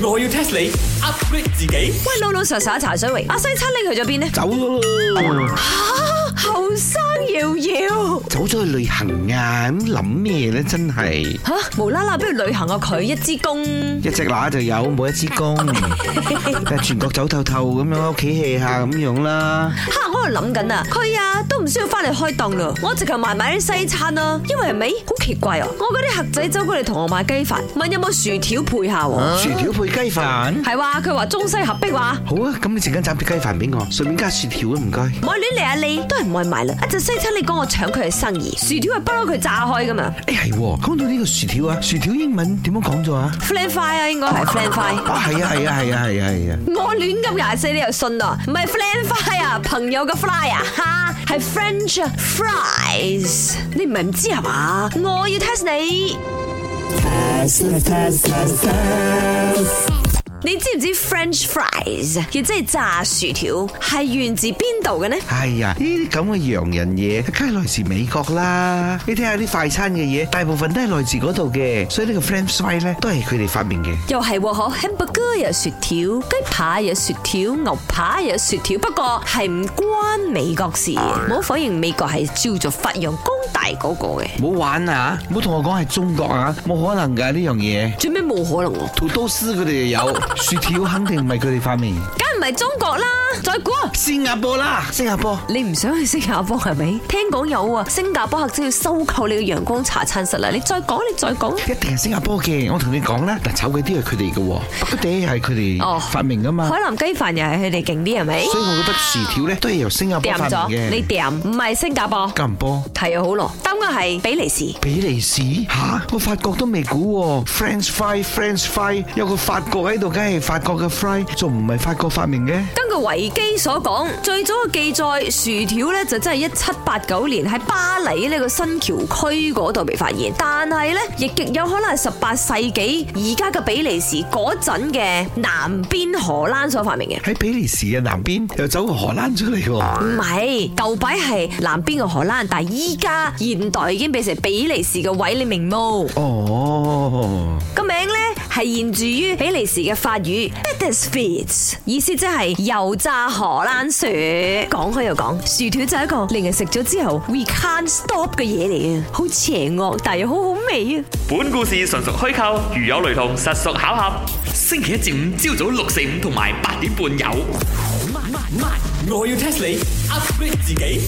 我要 test 你 upgrade 自己。喂，老老實實啊茶水榮，阿西餐拎去咗邊呢？走咗咯，吓，後生搖搖走咗去旅行啊！咁諗咩咧？真係吓，無啦啦不如旅行啊佢一支公，一隻乸就有，冇一支公，但係全國走透透咁樣，屋企 hea 下咁樣啦。吓我喺度諗緊啊，佢啊都唔需要翻嚟開檔啦，我直頭埋埋啲西餐啦，因為係咪好奇怪啊？我嗰啲客仔走過嚟同我買雞飯，問有冇薯條配下喎，薯條配雞飯，係話佢話中西合璧話。好啊！咁你陣間斬隻雞飯俾我，順便加薯條啊，唔該。唔好亂嚟啊！你都係唔愛買啦，一隻西餐你講我搶佢嘅生意，薯條係不嬲佢炸開噶嘛誒係喎，講到呢個薯條啊，薯條英文點樣講咗啊？ ，flan fry 啊應該係 flan fry。啊係啊係啊係啊係啊係啊！我亂咁廿四你又信咯？唔係 flan fry 啊，朋友嘅 fly 啊，哈，係 French fries。你唔係唔知係嘛？我要 test 你。你知唔知 French fries 亦即係炸薯條係源自邊度嘅呢？哎呀，呢啲咁嘅洋人嘢，梗係來自美國啦。你睇下啲快餐嘅嘢，大部分都係來自嗰度嘅，所以呢個 French fry 咧都係佢哋發明嘅。又係喎，嗬，hamburger 有薯條，雞扒有薯條，牛扒有薯條。不過係唔關美國事，唔好否認美國係照做發揚光大嗰個嘅。唔好玩啊！唔好同我講係中國啊，冇可能㗎呢樣嘢。最尾冇可能喎，土豆絲佢哋有，薯條肯定唔係佢哋發明。梗唔係中國啦，再估。啊新加坡啦，新加坡。你唔想去新加坡係咪？聽講有啊，新加坡客仔要收購你嘅陽光茶餐室啦！你再講，你再講。一定係新加坡嘅，我同你講啦，嗱，炒鬼啲係佢哋嘅喎，北地係佢哦哋發明噶嘛，海南雞飯又係佢哋勁啲係咪？所以我覺得薯條咧都係由新加坡掂發咗，明你嘅。掂，唔係新加坡。加唔波？係啊，好咯，答案係比利時。比利時吓，我法國都未估喎，French fry，French fry 有個法國喺度，梗係法國嘅 fry，仲唔係法國發明嘅？根據維基所講，最早嘅記載薯條咧就真係一七八九年喺巴黎呢個新橋區嗰度被發現，但係咧亦極有可能係十八世紀而家嘅比利時嗰陣嘅南邊荷蘭所發明嘅。喺比利時嘅南邊又走個荷蘭出嚟喎，唔係，舊擺係南邊嘅荷蘭，但係依家現代已經變成比利時嘅委你明冇。哦，個名呢係現住於比利時嘅法語 b e t e s f i t s 意思即係油炸荷蘭薯。講開又講，薯條就係一個令人食咗之後 we can't stop 嘅嘢嚟啊，好邪惡，但係又好好味啊！本故事純屬虛構，如有雷同，實屬巧合。星期一至五朝早六四五同埋八點半有。我要 test 你 upgrade 自己。